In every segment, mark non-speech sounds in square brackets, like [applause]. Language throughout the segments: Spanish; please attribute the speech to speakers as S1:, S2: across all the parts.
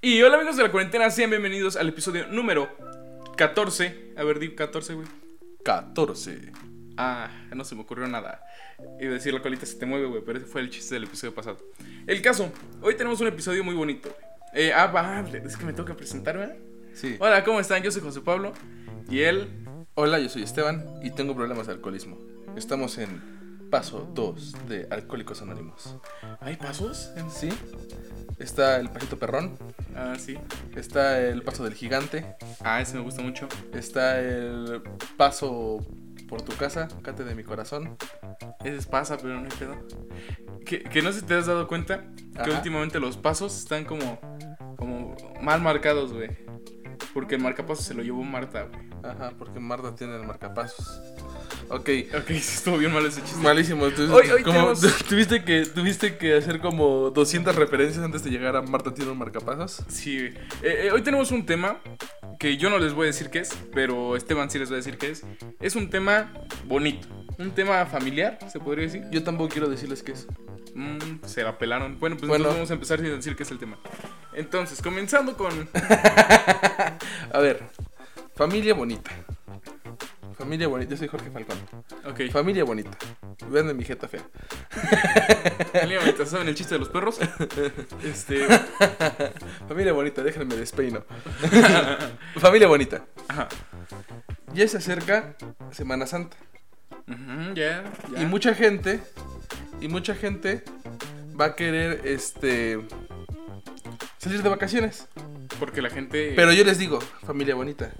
S1: Y hola amigos de la cuarentena, sean bienvenidos al episodio número 14. A ver, di 14, güey.
S2: 14.
S1: Ah, no se me ocurrió nada. Iba a decir la colita se te mueve, güey, pero ese fue el chiste del episodio pasado. El caso, hoy tenemos un episodio muy bonito. güey. Eh, ah, va, es que me tengo que presentar, ¿verdad?
S2: Sí.
S1: Hola, ¿cómo están? Yo soy José Pablo y él...
S2: Hola, yo soy Esteban y tengo problemas de alcoholismo. Estamos en paso 2 de Alcohólicos Anónimos.
S1: ¿Hay pasos?
S2: ¿Sí? Está el pasito perrón,
S1: Ah, sí.
S2: está el paso del gigante,
S1: Ah, ese me gusta mucho.
S2: está el paso por tu casa, cate de mi corazón.
S1: Ese es pasa, pero no hay pedo. Que, que no sé si te has dado cuenta que
S2: Ajá.
S1: últimamente los pasos están como, como mal marcados, güey. Porque el marcapasos se lo llevó Marta, güey.
S2: Ajá, porque Marta tiene el marcapasos. Ok.
S1: Ok, [laughs] sí, estuvo bien mal ese chiste.
S2: Malísimo, entonces,
S1: Hoy- hoy
S2: como-
S1: tenemos-
S2: [laughs] tuviste, que, tuviste que hacer como 200 referencias antes de llegar a Marta tiene un marcapasos.
S1: Sí, güey. Eh, eh, hoy tenemos un tema que yo no les voy a decir qué es, pero Esteban sí les va a decir qué es. Es un tema bonito, un tema familiar, se podría decir.
S2: Yo tampoco quiero decirles qué es.
S1: Mm, se la pelaron. Bueno, pues
S2: Bueno.
S1: entonces vamos a empezar sin decir qué es el tema. Entonces, comenzando con... [laughs]
S2: A ver, familia bonita. Familia bonita, yo soy Jorge Falcón.
S1: Ok,
S2: Familia bonita. Vean de mi jeta fea.
S1: familia, ¿saben el chiste de los [laughs] perros? Este...
S2: Familia bonita, déjenme despeino. [laughs] familia bonita.
S1: Ajá.
S2: Ya se acerca Semana Santa.
S1: Ujú, ya, ya.
S2: Y mucha gente, y mucha gente va a querer este salir de vacaciones.
S1: Porque la gente.
S2: Pero yo les digo, familia bonita,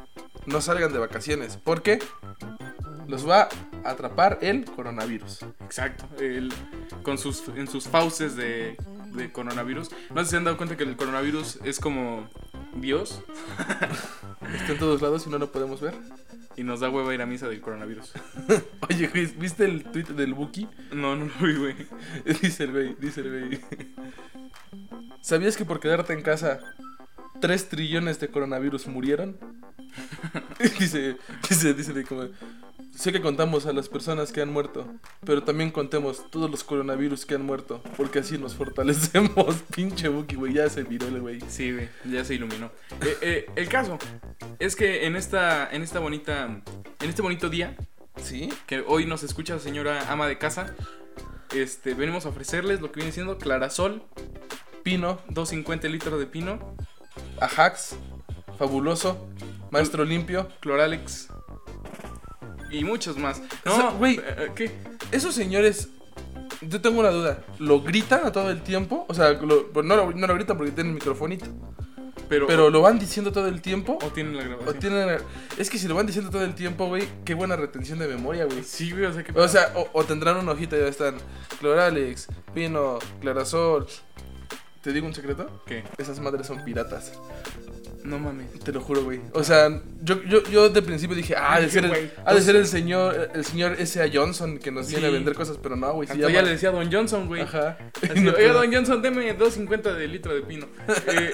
S2: no salgan de vacaciones porque los va a atrapar el coronavirus.
S1: Exacto. el- con sus, en sus fauces de, de coronavirus. No sé si se han dado cuenta que el coronavirus es como Dios
S2: Está en todos lados y no lo podemos ver.
S1: y nos da hueva ir a misa del coronavirus.
S2: Oye, güey, ¿viste el tweet del Buki? [laughs]
S1: No, no lo vi, güey.
S2: Dice el güey, dice el güey. ¿Sabías que por quedarte en casa 3 trillones de coronavirus murieron? [laughs] dice, dice, dice el güey como, sé que contamos a las personas que han muerto, pero también contemos todos los coronavirus que han muerto, porque así nos fortalecemos. [laughs] Pinche Buki, güey, ya se viró el güey.
S1: Sí, güey. Ya se [laughs] iluminó. Eh, eh, el caso es que en esta, en esta bonita. En este bonito día
S2: ¿Sí?
S1: que hoy nos escucha señora ama de casa. Este, venimos a ofrecerles lo que viene siendo Clarasol,
S2: Pino,
S1: 250 litros de pino,
S2: Ajax, Fabuloso, Maestro Limpio.
S1: Cloralex y muchos más.
S2: O sea,
S1: No,
S2: güey.
S1: eh, ¿Qué?
S2: Esos señores, yo tengo una duda. ¿Lo gritan a todo el tiempo? O sea, lo- pues no, lo, no lo gritan porque tienen microfonito.
S1: Pero,
S2: Pero lo van diciendo todo el tiempo.
S1: o tienen la
S2: O
S1: grabación.
S2: tienen. Es que si lo van diciendo todo el tiempo, güey, qué buena retención de memoria, güey.
S1: Sí, güey, o sea que
S2: O sea, o, o tendrán una hojita y ya están. Cloralex, Pino, Clarasol. ¿Te digo un secreto?
S1: ¿qué?
S2: Esas madres son piratas.
S1: No mames.
S2: Te lo juro, güey. O sea, yo, yo, yo de principio dije, ah, ha de
S1: Dije,
S2: ser
S1: güey,
S2: el, ha de
S1: dos-
S2: ser el señor, el señor S.A. Johnson que nos viene a
S1: Sí.
S2: vender cosas, pero no, güey. se
S1: Hasta
S2: llama-
S1: ya le decía a Don Johnson, güey.
S2: Ajá.
S1: Así,
S2: [laughs]
S1: Oye,
S2: No puedo.
S1: Don Johnson, deme 250 de litro de
S2: [laughs]
S1: pino. Eh,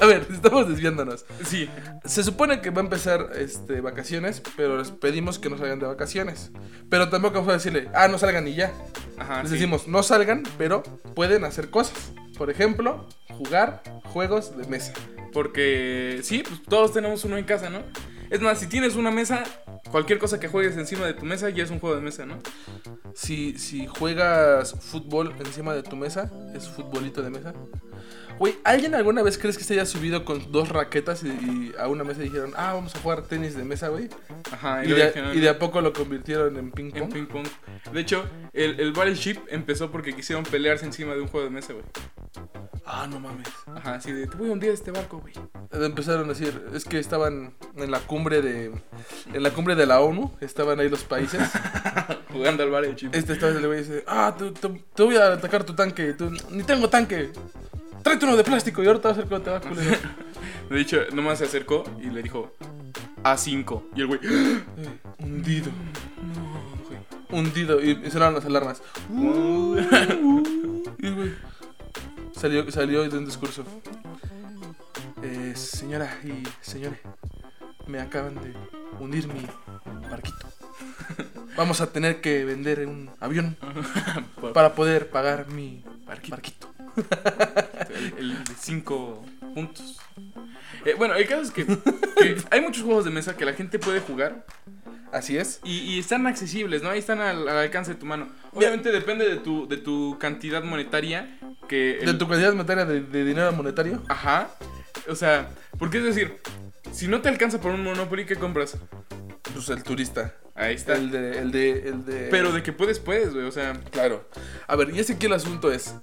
S2: A ver, estamos desviándonos.
S1: sí,
S2: Se supone que va a empezar este, vacaciones, pero les pedimos que no salgan de vacaciones. Pero tampoco vamos a decirle, ah, no salgan y ya.
S1: ajá. Ah,
S2: les
S1: sí.
S2: decimos, no salgan, pero pueden hacer cosas. Por ejemplo, jugar juegos de mesa.
S1: Porque sí, pues todos tenemos uno en casa, ¿no? Es más, si tienes una mesa, cualquier cosa que juegues encima de tu mesa ya es un juego de mesa, ¿no?
S2: Si, si juegas fútbol encima de tu mesa, es futbolito de mesa. Güey, ¿alguien alguna vez crees que se haya subido con dos raquetas y, y a una mesa y dijeron, ah, vamos a jugar tenis de mesa, güey?
S1: Ajá,
S2: Y,
S1: luego
S2: de a-
S1: dijeron,
S2: y de a poco lo convirtieron en ping
S1: en
S2: pong.
S1: ping pong. De hecho, el, el Battleship empezó porque quisieron pelearse encima de un juego de mesa, güey.
S2: Ah, no mames.
S1: Ajá, así de, te voy a hundir a este barco, güey.
S2: Empezaron a decir, es que estaban en la cumbre de en la cumbre de la ONU, estaban ahí los países.
S1: Jugando al Battleship.
S2: Este estaba el güey y dice, "Ah, te, te- te voy a atacar tu tanque, y tú, ni tengo tanque. Tráete uno de plástico y ahorita vas a ver cómo te va, culero".
S1: De hecho, nomás se acercó y le dijo, A5. Y el güey,
S2: Eh, Hundido. Hundido y, y sonaron las alarmas. Uh, uh, y el güey salió salió de un discurso. "Eh, señora y señores, me acaban de hundir mi barquito. Vamos a tener que vender un avión
S1: Por- [laughs]
S2: para poder pagar mi barquito.
S1: El 5 Puntos. Eh, bueno, el caso es que, que hay muchos juegos de mesa que la gente puede jugar
S2: Así es.
S1: y, y están accesibles, ¿no? Ahí están al, al alcance de tu mano. Obviamente depende de tu, de tu cantidad monetaria que... el-
S2: De tu calidad monetaria de, de dinero monetario.
S1: Ajá. O sea, porque es decir, si no te alcanza por un Monopoly, ¿qué compras?
S2: Pues el turista.
S1: Ahí está.
S2: El de. El de. El de.
S1: Pero de que puedes, puedes, güey. O sea,
S2: Claro. A ver, y es que aquí el asunto es.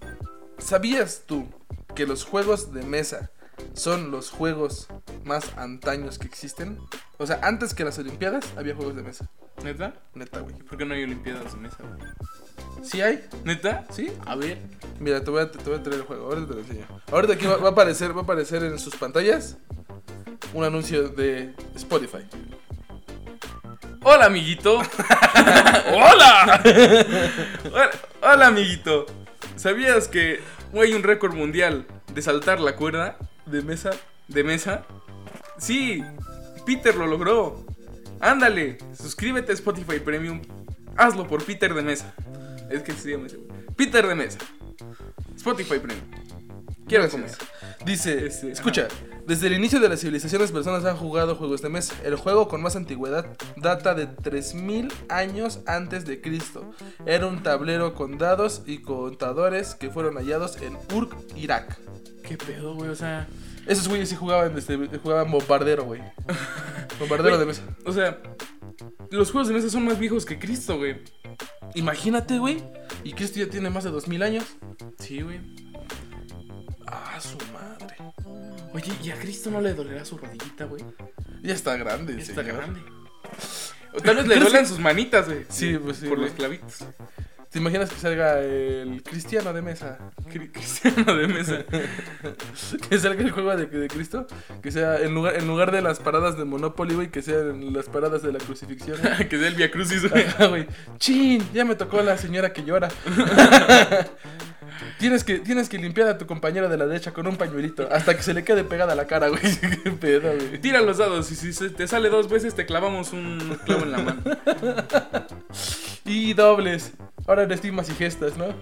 S2: ¿Sabías tú que los juegos de mesa son los juegos más antaños que existen? O sea, antes que las Olimpiadas había juegos de mesa.
S1: ¿neta?
S2: Neta, güey.
S1: ¿Y ¿Por qué no hay Olimpiadas en mesa, güey?
S2: ¿Sí hay?
S1: ¿Neta?
S2: ¿Sí?
S1: A ver.
S2: Mira, te voy a, te voy a traer el juego. Ahorita te lo enseño. Ahorita aquí va, va a aparecer, va a aparecer en sus pantallas un anuncio de Spotify.
S1: Hola, [laughs] amiguito. ¡Hola! Hola- Hola, amiguito. ¿Sabías que hay un récord mundial de saltar la cuerda
S2: ¿De mesa?
S1: de mesa? Sí, Peter lo logró. Ándale, suscríbete a Spotify Premium. Hazlo por Peter de Mesa. Es que se llama ese güey. Peter de Mesa. Spotify Premium. Quiero comer.
S2: Gracias. Dice,
S1: Este,
S2: escucha, desde el inicio de la civilización las personas han jugado juegos de mesa. El juego con más antigüedad data de 3000 años antes de Cristo. Era un tablero con dados y contadores que fueron hallados en Urk, Irak.
S1: ¿Qué pedo, güey? O sea,
S2: Esos güeyes sí jugaban, desde- jugaban bombardero, [laughs] güey. Bombardero de mesa.
S1: o sea, los juegos de mesa son más viejos que Cristo, güey.
S2: Imagínate, güey. Y Cristo ya tiene más de 2000 años.
S1: Sí, güey.
S2: Ah, su madre.
S1: Oye, ¿y a Cristo no le dolerá su rodillita, güey?
S2: Ya está grande, el
S1: Está
S2: señor.
S1: grande. O tal vez [laughs] le duelen sus manitas, güey.
S2: Sí, pues sí,
S1: Por
S2: güey.
S1: los clavitos.
S2: ¿Te imaginas que salga el cristiano de mesa?
S1: Cri- [laughs] Cristiano de [laughs] mesa.
S2: [laughs] que salga el juego de, de Cristo, que sea en lugar, en lugar de las paradas de Monopoly, güey, que sean las paradas de la crucifixión. güey.
S1: que sea el Via Crucis, [laughs] güey.
S2: Ajá, güey. Chin, ya me tocó la señora que llora. tienes, que, tienes que limpiar a tu compañera de la derecha con un pañuelito hasta que se le quede pegada la cara, güey. [laughs] Qué pedo, güey.
S1: Tira los dados y si se te sale dos veces te clavamos un clavo en la [laughs] mano.
S2: Y dobles. Ahora en estimas y gestas, ¿no? [laughs]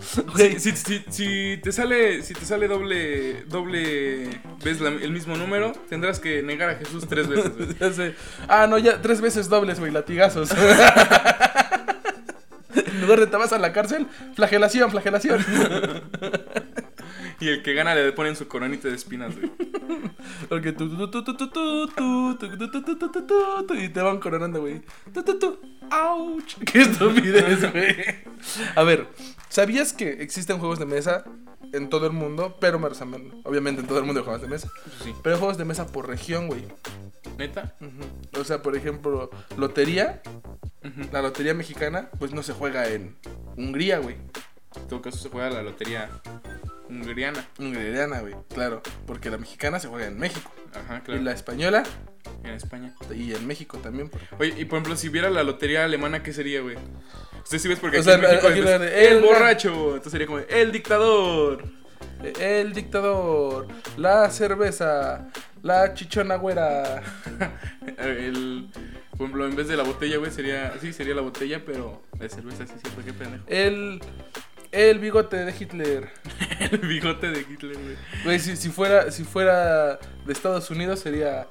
S1: Si, si- si- si te sale si te sale doble doble ves la- el mismo número tendrás que negar a Jesús tres veces. [laughs] güey.
S2: Ya sé. Ah, no, ya tres veces dobles, güey, latigazos. [laughs] en lugar de te vas a la cárcel, flagelación, flagelación.
S1: Y el que gana le ponen su coronita de espinas. güey.
S2: Porque tú, tú, tú, tú, tú, tú, tú, tú, tú, tú, tú, tú, tú, tú, tú, y te van coronando, güey. Tú, tú, tú. ¡Auch! [laughs] ¡Qué estupidez, güey! A ver, ¿sabías que existen juegos de mesa en todo el mundo? Pero, o sea, obviamente en todo el mundo hay juegos de mesa.
S1: Sí.
S2: Pero hay juegos de mesa por región, güey.
S1: Neta.
S2: Ujú. O sea, por ejemplo, lotería,
S1: Ujú.
S2: la lotería mexicana, pues no se juega en Hungría, güey.
S1: En todo caso se juega la lotería hungariana.
S2: Hungariana, güey. Claro, porque la mexicana se juega en México.
S1: Ajá, claro.
S2: Y la española,
S1: En España.
S2: y en México también, por
S1: Oye, y por ejemplo, si viera la lotería alemana, ¿qué sería, güey? Usted sí ves porque
S2: O
S1: aquí
S2: sea,
S1: en México
S2: aquí
S1: es
S2: la de-
S1: el
S2: el-
S1: borracho. Entonces sería como el dictador.
S2: El dictador, la cerveza, la chichona güera.
S1: El, por ejemplo, en vez de la botella, güey, sería. Sí, sería la botella, pero de cerveza, sí, cierto, qué pendejo. [laughs]
S2: El, el bigote de Hitler.
S1: El bigote de Hitler, güey.
S2: Güey, si, si fuera, si fuera de Estados Unidos sería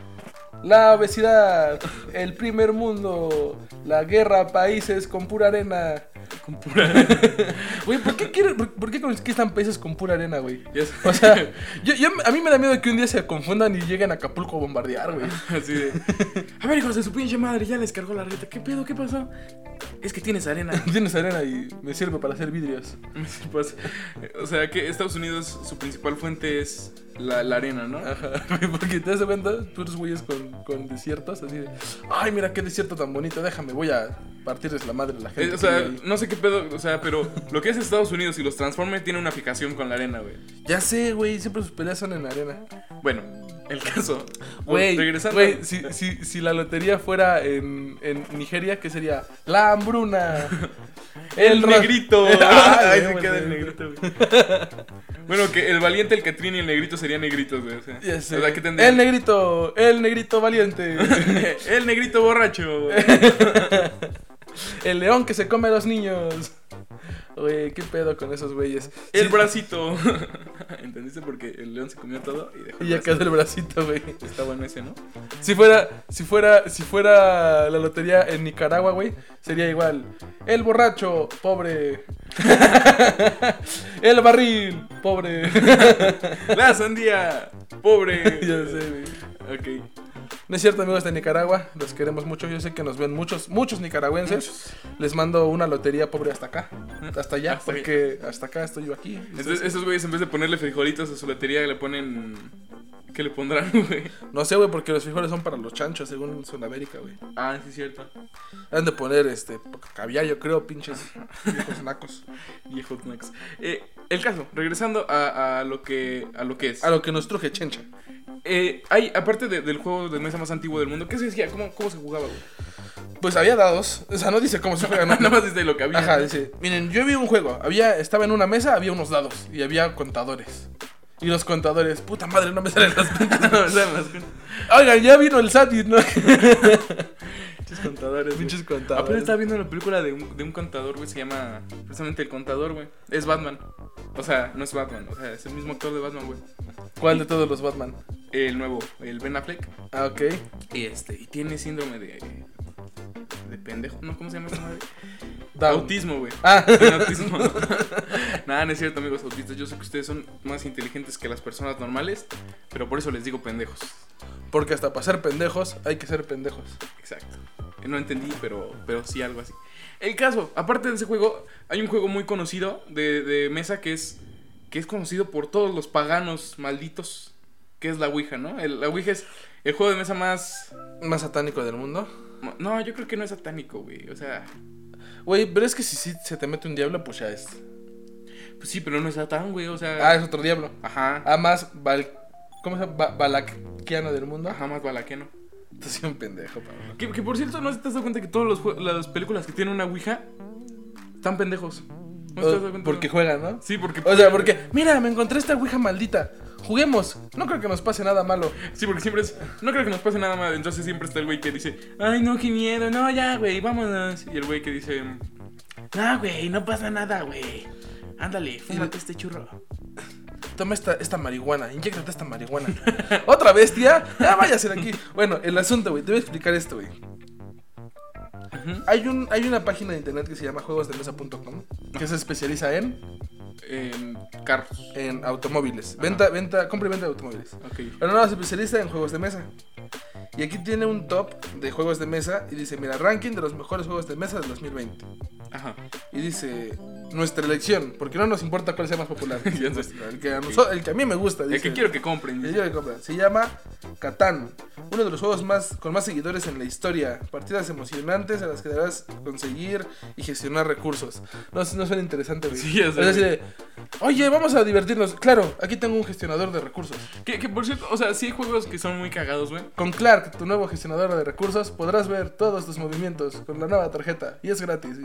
S2: la obesidad, el primer mundo, la guerra a países con pura arena.
S1: Con pura.
S2: [laughs] Güey, ¿por qué, quieren- por, por qué conquistan países con pura arena, güey?
S1: Ya sé. [laughs]
S2: O sea, yo, yo- a mí me da miedo que un día se confundan y lleguen a Acapulco a bombardear, güey. [laughs]
S1: Así de. A ver, hijos de su pinche madre, ya les cargó la reta. ¿Qué pedo? ¿Qué pasó? Es que tienes arena. [laughs]
S2: Tienes arena y me sirve para hacer vidrios.
S1: Pues, o sea, que Estados Unidos, su principal fuente es la, la arena, ¿no?
S2: Ajá, [laughs] güey, porque te das cuenta, tú eres güeyes con, con desiertos, así de, ay, mira qué desierto tan bonito, déjame, voy a partirles la madre a la
S1: Eh,
S2: gente.
S1: O sea,
S2: que vive ahí".
S1: no sé qué pedo, o sea, pero lo que es Estados Unidos y los Transformers tiene una fijación con la arena, güey.
S2: ya sé, güey, siempre sus peleas son en arena.
S1: Bueno, el caso.
S2: Güey,
S1: regresando.
S2: güey, si, si, si la lotería fuera en, en Nigeria, ¿qué sería?
S1: [laughs]
S2: La hambruna.
S1: El
S2: ra- [laughs]
S1: negrito.
S2: Ah,
S1: Ahí
S2: güey,
S1: se queda el
S2: güey.
S1: negrito, güey. Bueno, que el valiente, el Catrín y el negrito serían negritos, güey. O sea,
S2: Ya sé.
S1: o sea, ¿qué tendría?
S2: el negrito, el negrito valiente.
S1: [laughs] El negrito
S2: [laughs]
S1: borracho.
S2: el león que se come a los niños. Güey, qué pedo con esos güeyes.
S1: El
S2: Sí,
S1: bracito. [laughs] ¿Entendiste? Porque el león se comió todo y dejó. el
S2: Y ya
S1: bracito.
S2: quedó el bracito, güey.
S1: Está bueno ese, ¿no?
S2: Si fuera, si fuera, si fuera la lotería en Nicaragua, güey, sería igual. El borracho,
S1: [laughs]
S2: pobre. el barril, pobre. [laughs]
S1: La sandía. Pobre.
S2: ya sé, güey.
S1: Ok.
S2: No es cierto, amigos de Nicaragua, los queremos mucho. Yo sé que nos ven muchos, muchos nicaragüenses. Les mando una lotería pobre hasta acá, hasta allá,
S1: Hasta
S2: porque hasta acá estoy yo aquí.
S1: Entonces, esos güeyes en vez de ponerle frijolitos a su lotería le ponen... ¿Qué le pondrán, [laughs] güey?
S2: No sé, güey, porque los frijoles son para los chanchos, según Sudamérica, güey.
S1: Ah, sí es cierto.
S2: Han de poner, este, caviar, yo creo, pinches viejos nacos.
S1: Viejo snacks. Eh, el caso, regresando a, a lo que a lo que es.
S2: A lo que nos truje chencha.
S1: Eh, hay, aparte de- del juego de mesa más antiguo del mundo, ¿qué se decía? ¿Cómo, cómo se jugaba, güey?
S2: Pues había dados, o sea, no dice cómo se juega, [laughs] no,
S1: [laughs] Nada más desde lo que había.
S2: Ajá, dice, miren, yo vi un juego, había, estaba en una mesa, había unos dados y había contadores. Y los contadores, puta madre, no me salen las
S1: [laughs]
S2: [laughs]
S1: No, o sea, las
S2: Oigan, ya vino el Satir, ¿no?
S1: pinches contadores, güey.
S2: Pinches contadores.
S1: Apenas estaba viendo la película de un, de un contador, güey. Se llama precisamente El Contador, güey. Es Batman. O sea, no es Batman. O sea, es el mismo actor de Batman, güey.
S2: ¿Cuál de todos los Batman?
S1: El nuevo, el Ben Affleck.
S2: Ah, ok.
S1: Y este, y tiene síndrome de. de pendejo. No, ¿cómo se llama esa madre?
S2: Down.
S1: Autismo, güey. [laughs]
S2: Ah, [laughs]
S1: Tiene autismo. [laughs] Nada, no es cierto, amigos autistas. Yo sé que ustedes son más inteligentes que las personas normales, pero por eso les digo pendejos.
S2: porque hasta para ser pendejos hay que ser pendejos.
S1: Exacto. Eh, No entendí, pero, pero sí algo así. El caso, aparte de ese juego, hay un juego muy conocido de, de mesa que es, que es conocido por todos los paganos malditos, que es la Ouija, ¿no? El- la Ouija es el juego de mesa más...
S2: Más satánico del mundo.
S1: No, yo creo que no es satánico, güey. O sea,
S2: Güey, pero es que si, sí se te mete un diablo, pues ya es.
S1: pues sí, pero no es satán, güey. O sea...
S2: Ah, es otro diablo.
S1: Ajá.
S2: Ah, más bal... ¿Cómo se llama? Ba- Balaquiano del mundo.
S1: Ajá, más balaqueno.
S2: Estás siendo un pendejo, Pablo.
S1: Que, que, por cierto, ¿no te has dado cuenta que todas los jue- las películas que tienen una Ouija están pendejos? ¿No te has dado cuenta?
S2: Oh, Porque juegan, ¿no?
S1: Sí, porque...
S2: O sea, porque, mira, me encontré esta ouija maldita. Juguemos. No creo que nos pase nada malo.
S1: Sí, porque siempre es... No creo que nos pase nada más. Entonces siempre está el güey que dice... Ay, no, qué miedo. No, ya, güey, vámonos. Y el güey que dice... No, güey, no pasa nada, güey. Ándale, fíjate este churro.
S2: Toma esta, esta marihuana, inyectate
S1: [laughs]
S2: esta marihuana. ¿Otra vez, tía? Ah, váyase de aquí. Bueno, el asunto, güey, te voy a explicar esto, güey.
S1: Ujú.
S2: Hay, un, hay una página de internet que se llama juegosdemesa.com que se especializa en,
S1: En carros.
S2: en automóviles. Venta, venta, compra y venta de automóviles.
S1: Ok.
S2: Pero no, se especializa en juegos de mesa. Y aquí tiene un top de juegos de mesa y dice, mira, ranking de los mejores juegos de mesa del 2020.
S1: Ajá.
S2: Y dice, nuestra elección, porque no nos importa cuál sea más popular.
S1: [laughs] Ya sé.
S2: Nuestra, el, que a noso- el que a mí me gusta.
S1: El
S2: dice.
S1: que quiero que compren.
S2: El
S1: dice.
S2: que quiero que compre. Se llama Catán, uno de los juegos más con más seguidores en la historia. Partidas emocionantes en las que deberás conseguir y gestionar recursos. No, no suena interesante, güey.
S1: Sí, ya sé,
S2: Es así
S1: güey.
S2: de, oye, vamos a divertirnos. Claro, aquí tengo un gestionador de recursos.
S1: Que, que por cierto, o sea, sí hay juegos que son muy cagados, güey. [laughs]
S2: Con Clark, tu nuevo gestionador de recursos, podrás ver todos tus movimientos con la nueva tarjeta. Y es gratis.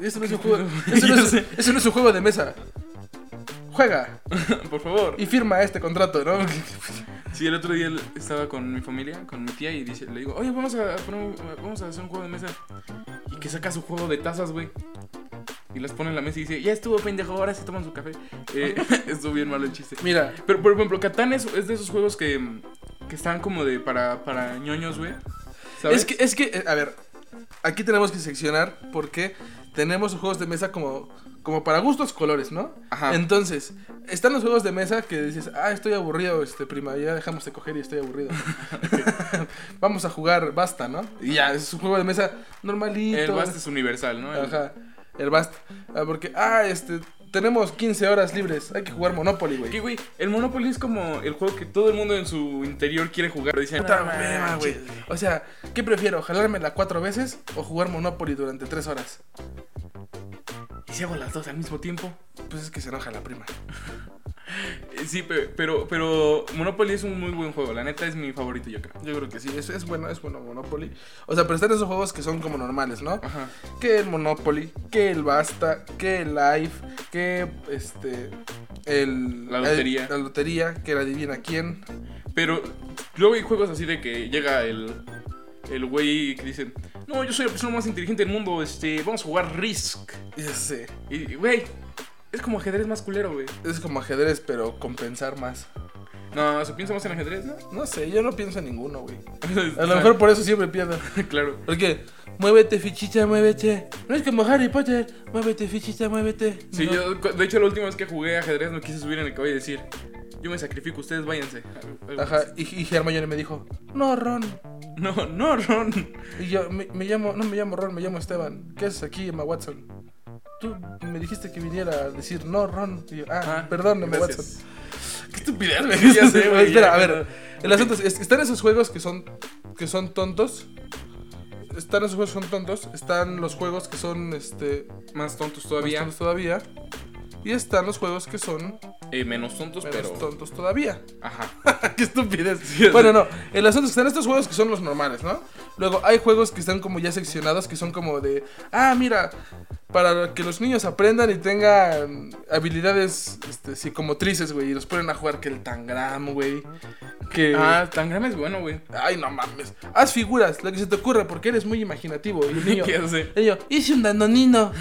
S2: Eso no es
S1: [laughs]
S2: un juego, eso no
S1: Ya
S2: es,
S1: sé.
S2: eso no es un juego de mesa. Juega
S1: por favor.
S2: y firma este contrato, ¿no? [laughs]
S1: Sí, el otro día estaba con mi familia, con mi tía, y dice, le digo, oye, vamos a, poner un- vamos a hacer un juego de mesa. Y que saca su juego de tazas, güey. Y las pone en la mesa y dice, ya estuvo pendejo, ahora sí toman su café. Eh, [laughs] estuvo bien malo el chiste.
S2: Mira,
S1: Pero, por ejemplo, Catán es, es de esos juegos que, que están como de para, para ñoños, güey. ¿Sabes?
S2: es que, es que, eh, a ver, aquí tenemos que seccionar porque tenemos juegos de mesa como, como para gustos colores, ¿no?
S1: Ajá.
S2: Entonces, están los juegos de mesa que dices, ah, estoy aburrido, este prima, ya dejamos de coger y estoy [laughs] aburrido. Vamos a jugar, basta, ¿no? Y ya, es un juego de mesa normalito.
S1: el Bast es universal, ¿no? El-
S2: Ajá, el basta. Ah, porque, ah, este, tenemos 15 horas libres, hay que jugar Monopoly,
S1: Que,
S2: güey.
S1: güey, el Monopoly es como el juego que todo el mundo en su interior quiere jugar. Pero dicen,
S2: Puta
S1: "No
S2: hueva, güey.
S1: manches".
S2: O sea, ¿qué prefiero? ¿Jalármela cuatro veces o jugar Monopoly durante tres horas?
S1: Y si hago las dos al mismo tiempo.
S2: Pues es que se enoja la prima.
S1: Eh, Sí, pe- pero, pero Monopoly es un muy buen juego. La neta es mi favorito, yo creo.
S2: Yo creo que sí, es, es bueno, es bueno Monopoly. O sea, pero están esos juegos que son como normales, ¿no?
S1: Ajá.
S2: Que el Monopoly, que el Basta, que el Life, que este. El,
S1: La lotería.
S2: el- la lotería, que la adivina quién.
S1: Pero luego hay juegos así de que llega el, el güey que dice, no, yo soy la persona más inteligente del mundo, este, vamos a jugar Risk.
S2: Ya sé.
S1: Y, güey, es como ajedrez más culero, güey.
S2: Es como ajedrez, pero compensar más.
S1: No, se piensa más en ajedrez, ¿no? [laughs]
S2: No sé, yo no pienso en ninguno, güey. A
S1: O [laughs]
S2: lo
S1: sea,
S2: mejor por eso siempre pierdo.
S1: [laughs] claro.
S2: Porque, muévete, fichita, muévete. No es como Harry Potter. Muévete, fichita, muévete.
S1: Sí,
S2: No.
S1: yo, cu- de hecho, la última vez que jugué ajedrez no quise subir en el caballo y decir, yo me sacrifico, ustedes váyanse. Algo
S2: Ajá, y, y Hermione me dijo, no, Ron.
S1: así. [laughs] No, no, Ron.
S2: Y yo, me, me llamo, no me llamo Ron, me llamo Esteban. ¿Qué haces aquí, Emma Watson? Tú me dijiste que viniera a decir, no, Ron. Y yo, ah,
S1: Ah,
S2: perdón, Emma
S1: gracias. [laughs]
S2: Watson. [laughs] Qué estupidez,
S1: güey. Ya [laughs] sé, güey,
S2: Espera,
S1: ya.
S2: a ver. El asunto es, es- están esos juegos que son, que son tontos. Están esos juegos que son tontos. Están los juegos que son, este,
S1: Más tontos
S2: todavía.
S1: todavía.
S2: todavía. Y están los juegos que son
S1: Eh, menos tontos,
S2: menos
S1: pero.
S2: tontos todavía.
S1: Ajá.
S2: [laughs] Qué estupidez.
S1: ya sé.
S2: bueno, no. El asunto es que están estos juegos que son los normales, ¿no? Luego hay juegos que están como ya seccionados, que son como de, ah, mira, para que los niños aprendan y tengan habilidades este, psicomotrices, güey. Y los ponen a jugar que el tangram, güey. Que...
S1: Ah, Tangram es bueno,
S2: [laughs]
S1: güey.
S2: Ay, no mames. Haz figuras, lo que se te ocurra, porque eres muy imaginativo.
S1: [laughs]
S2: Y el niño,
S1: Ya sé.
S2: el niño, hice un [laughs] danonino.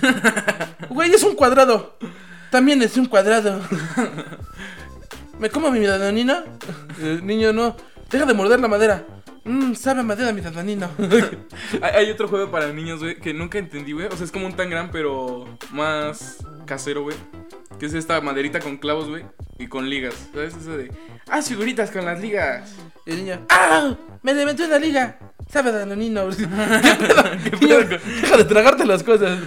S2: Güey, es un cuadrado. También es un cuadrado. [laughs] ¿Me como mi danonino? El niño, no. Deja de morder la madera. Mmm, sabe a madera mi [laughs] danonino.
S1: Hay, hay otro juego para niños, güey, que nunca entendí, güey. O sea, es como un Tangram, pero más casero, güey. Que es esta maderita con clavos, güey. Y con ligas. ¿Sabes? Eso de. ¡Ah, figuritas con las ligas!
S2: Y el niño, ¡ah! Me levantó una liga. Sabe a danonino. [laughs] ¿Qué pedo? Niño, Deja de tragarte las cosas.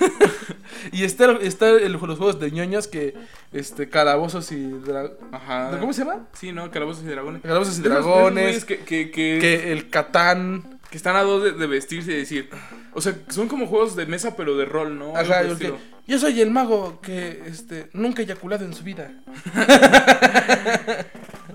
S2: [laughs] y está, está el- los juegos de ñoños que, este, calabozos y... dra-
S1: Ajá.
S2: ¿Cómo se llama?
S1: Sí, ¿no? Calabozos y dragones.
S2: Calabozos y
S1: Esos- esos
S2: dragones.
S1: güeyes que, que, que,
S2: que el Catán.
S1: que están a dos de, de vestirse y decir. O sea, son como juegos de mesa, pero de rol, ¿no? Algo por
S2: Ajá,
S1: el
S2: porque
S1: estilo.
S2: yo soy el mago que este nunca ha eyaculado en su vida.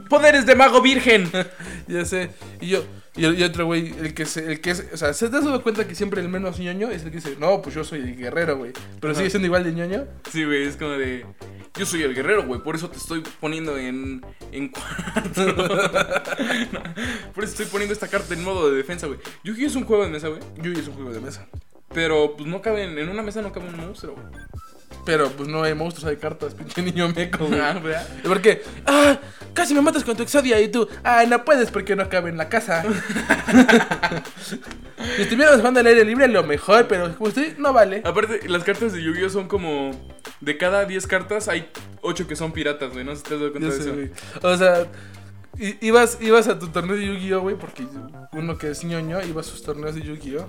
S1: ¡Poderes de mago virgen! [laughs]
S2: Ya sé. Y yo, y, el- y otro güey, el que se, el que es, o sea, ¿se te has dado cuenta que siempre el menos ñoño es el que dice, no, pues yo soy el guerrero, güey? Pero
S1: Ajá.
S2: sigue siendo igual de ñoño.
S1: Sí, güey, es como de. Yo soy el guerrero, güey, por eso te estoy poniendo en. en cuarto. [laughs] No, por eso estoy poniendo esta carta en modo de defensa, güey. Yugi es un juego de mesa, güey.
S2: Yugi es un juego de mesa.
S1: Pero pues no caben. En una mesa no cabe un
S2: [laughs]
S1: monstruo, güey.
S2: Pero pues no hay monstruos, hay cartas, [laughs] pinche niño meco, güey.
S1: Ah, ¿verdad?
S2: ¿Por qué? ¡Ah! Casi me matas con tu exodia y tú. ¡Ah, no puedes porque no cabe en la [laughs] casa! si estuviéramos jugando al aire libre, lo mejor, pero como estoy, no vale.
S1: Aparte, las cartas de Yu-Gi-Oh! son como. De cada 10 cartas hay 8 que son piratas, güey. No sé si te has dado cuenta
S2: Ya
S1: de
S2: sé,
S1: eso.
S2: güey. O sea, i- ibas, ibas a tu torneo de Yu-Gi-Oh, güey, porque uno que es ñoño iba a sus torneos de Yu-Gi-Oh.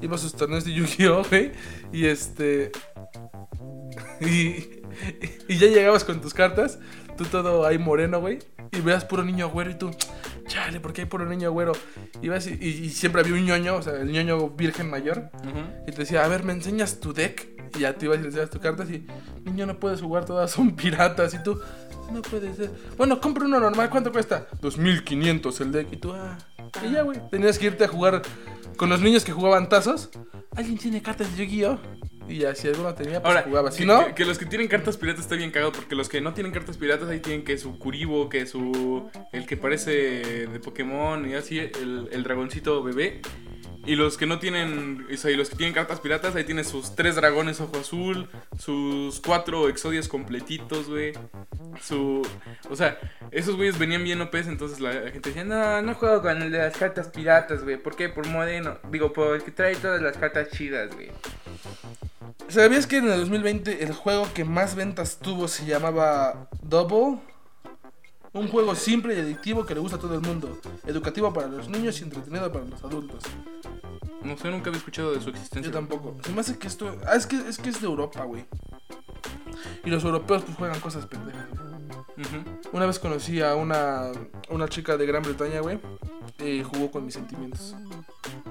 S2: Iba a sus torneos de Yu-Gi-Oh, [laughs] güey. Y este. Y, y ya llegabas con tus cartas. Tú todo ahí moreno, güey. Y veas puro niño güero y tú. Chale, ¿por qué hay puro niño güero? Y, vas y, y- y siempre había un ñoño, o sea, el ñoño virgen mayor.
S1: Ujú.
S2: Y te decía, a ver, ¿me enseñas tu deck? Y ya tú ibas y le enseñas tus cartas y, niño, no puedes jugar, todas son piratas. Y tú, no puede ser. Bueno, compra uno normal, ¿cuánto cuesta? 2500 el deck. Y tú, ah, y ya, güey. Tenías que irte a jugar con los niños que jugaban tazos. ¿Alguien tiene cartas de Yu-Gi-Oh? Y ya, si alguno tenía, pues
S1: Ahora,
S2: jugaba. Si
S1: que,
S2: no,
S1: que- que los que tienen cartas piratas está bien cagado, porque los que no tienen cartas piratas ahí tienen que su Kuribo, que su. el que parece de Pokémon y así, el, el dragoncito bebé. Y los que no tienen. O sea, y los que tienen cartas piratas ahí tienen sus tres dragones ojo azul, sus cuatro exodios completitos, güey. Su. O sea, esos güeyes venían bien OPs, entonces la, la gente decía, no, no juego con el de las cartas piratas, güey. ¿Por qué? Por moderno. Digo, por el que trae todas las cartas chidas, güey.
S2: ¿sabías que en el 2020 el juego que más ventas tuvo se llamaba Double? Un juego simple y adictivo que le gusta a todo el mundo. Educativo para los niños y entretenido para los adultos.
S1: No sé, nunca había escuchado de su
S2: Yo
S1: existencia.
S2: tampoco. Se me hace que esto. Ah, es que es, que es de Europa, güey. Y los europeos pues juegan cosas pendejas. güey.
S1: Ujú.
S2: Una vez conocí a una, una chica de Gran Bretaña, güey. Y jugó con mis sentimientos.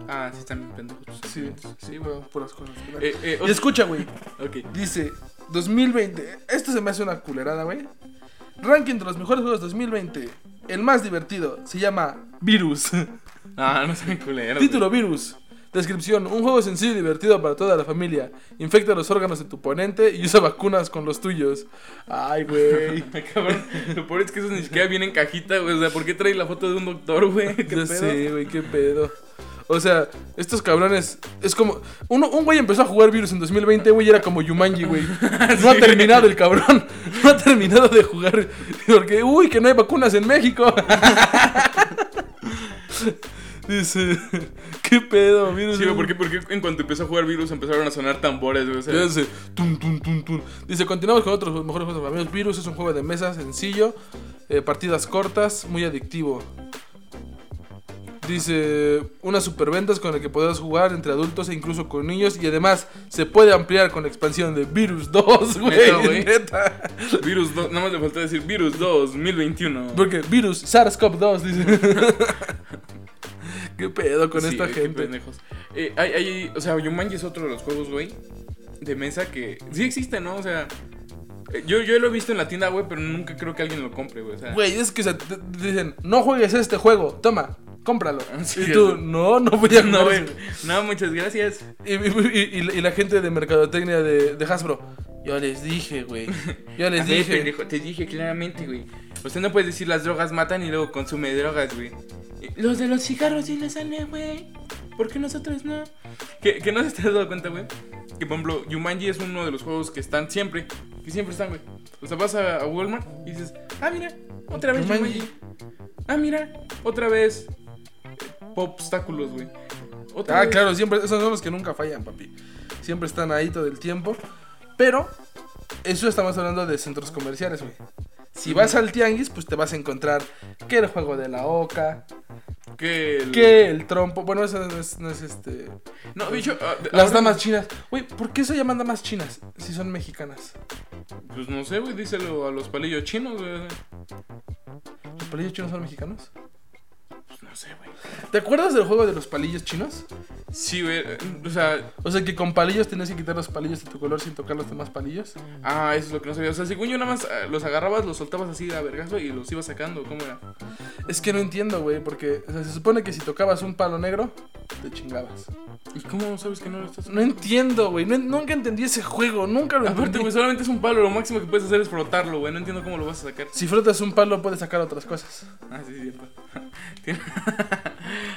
S1: Ah, sí, están bien pendejos. tus
S2: Sí,
S1: sentimientos.
S2: sí, güey, puras cosas. pendejas.
S1: Eh, eh,
S2: y escucha, güey.
S1: ok.
S2: Dice 2020. Esto se me hace una culerada, güey. Ranking de los mejores juegos 2020. El más divertido se llama Virus. [laughs]
S1: Ah, no sean culeros. güey. [laughs]
S2: Título Virus. Descripción. Un juego sencillo y divertido para toda la familia. Infecta los órganos de tu oponente y usa vacunas con los tuyos. Ay, güey.
S1: Ay, cabrón. Lo peor
S2: [laughs]
S1: es que esos ni siquiera vienen en cajita, güey. O sea, ¿por [laughs] qué trae la foto de un doctor, güey? ¿Qué
S2: Ya
S1: pedo?
S2: sé, güey, qué pedo. O sea, estos cabrones. Es como. Uno, un güey empezó a jugar virus en 2020, güey, y era como Yumanji,
S1: [laughs]
S2: güey. No ha
S1: Sí.
S2: terminado el cabrón. [laughs] No ha terminado de jugar. Porque, uy, que no hay vacunas en
S1: [laughs]
S2: México. [laughs] Dice. [laughs] ¿Qué pedo, virus?
S1: Sí, güey, ¿por qué, por qué en cuanto empezó a jugar Virus empezaron a sonar tambores, güey? O sea,
S2: Ya dice, tun, tun, tun, tun. Dice, continuamos con otros mejores juegos para amigos. Virus es un juego de mesa sencillo, eh, partidas cortas, muy adictivo. Dice, unas superventas con el que podrás jugar entre adultos e incluso con niños. Y además, se puede ampliar con la expansión de Virus 2,
S1: Neta, güey.
S2: güey. [laughs] Neta.
S1: Virus 2, nada más le faltó decir Virus 2021.
S2: Porque Virus, SARS-CoV-2, dice. [laughs] ¿Qué pedo con
S1: Sí,
S2: esta
S1: güey, qué
S2: gente?
S1: pendejos. Eh, hay, hay- o sea, Yumanji es otro de los juegos, güey, de mesa que sí existe, ¿no? O sea, eh, yo, yo lo he visto en la tienda, güey, pero nunca creo que alguien lo compre, güey. O sea,
S2: Güey, es que o sea, te- te dicen, no juegues este juego, toma, cómpralo.
S1: [laughs] Sí,
S2: y tú,
S1: eso.
S2: no, no voy
S1: [laughs]
S2: a
S1: no,
S2: jugar
S1: güey.
S2: ese-
S1: No, muchas gracias.
S2: Y, y- y- y la gente de mercadotecnia de, de Hasbro. Yo les dije, güey. Yo
S1: [laughs]
S2: les
S1: A ver,
S2: dije.
S1: pendejo, te dije claramente, güey. Usted no puede decir las drogas matan y luego consume drogas, güey. Eh, Los de los cigarros sí la sangre, güey. ¿Por qué nosotros no? Que, que no se te has dado cuenta, güey. Que por ejemplo, Yumanji es uno de los juegos que están siempre. Que siempre están, güey. O sea, vas a, a Walmart y dices, ah, mira, otra vez
S2: Jumanji.
S1: Yumanji. Ah, mira, otra vez. Popstáculos, güey. Otra
S2: Ah,
S1: vez.
S2: claro, siempre. Esos son los que nunca fallan, papi. Siempre están ahí todo el tiempo. Pero, eso estamos hablando de centros comerciales, güey. Si vas al tianguis, pues te vas a encontrar que el juego de la oca,
S1: Que. el-
S2: que el trompo. Bueno, eso no es, no es este.
S1: No, de hecho. ah, de-
S2: Las
S1: ahora-
S2: damas chinas. Güey, ¿por qué se llaman damas chinas si son mexicanas?
S1: Pues no sé, güey. Díselo a los palillos chinos, güey.
S2: ¿Los palillos chinos son mexicanos?
S1: Pues no sé, güey.
S2: ¿Te acuerdas del juego de los palillos chinos?
S1: Sí, güey. eh, O sea,
S2: O sea que con palillos tenías que quitar los palillos de tu color sin tocar los demás palillos.
S1: ah, eso es lo que no sabía. O sea, según yo nada más eh, los agarrabas, los soltabas así a vergazo y los ibas sacando. ¿Cómo era?
S2: Es que no entiendo, güey, porque o sea, se supone que si tocabas un palo negro, te chingabas.
S1: ¿Y cómo sabes que no lo estás
S2: No entiendo, güey. no- nunca entendí ese juego, nunca lo
S1: Aparte,
S2: entendí.
S1: güey, solamente es un palo. Lo máximo que puedes hacer es frotarlo, güey. No entiendo cómo lo vas a sacar.
S2: Si frotas un palo puedes sacar otras cosas.
S1: Ah, sí, es cierto. [laughs] Tiene-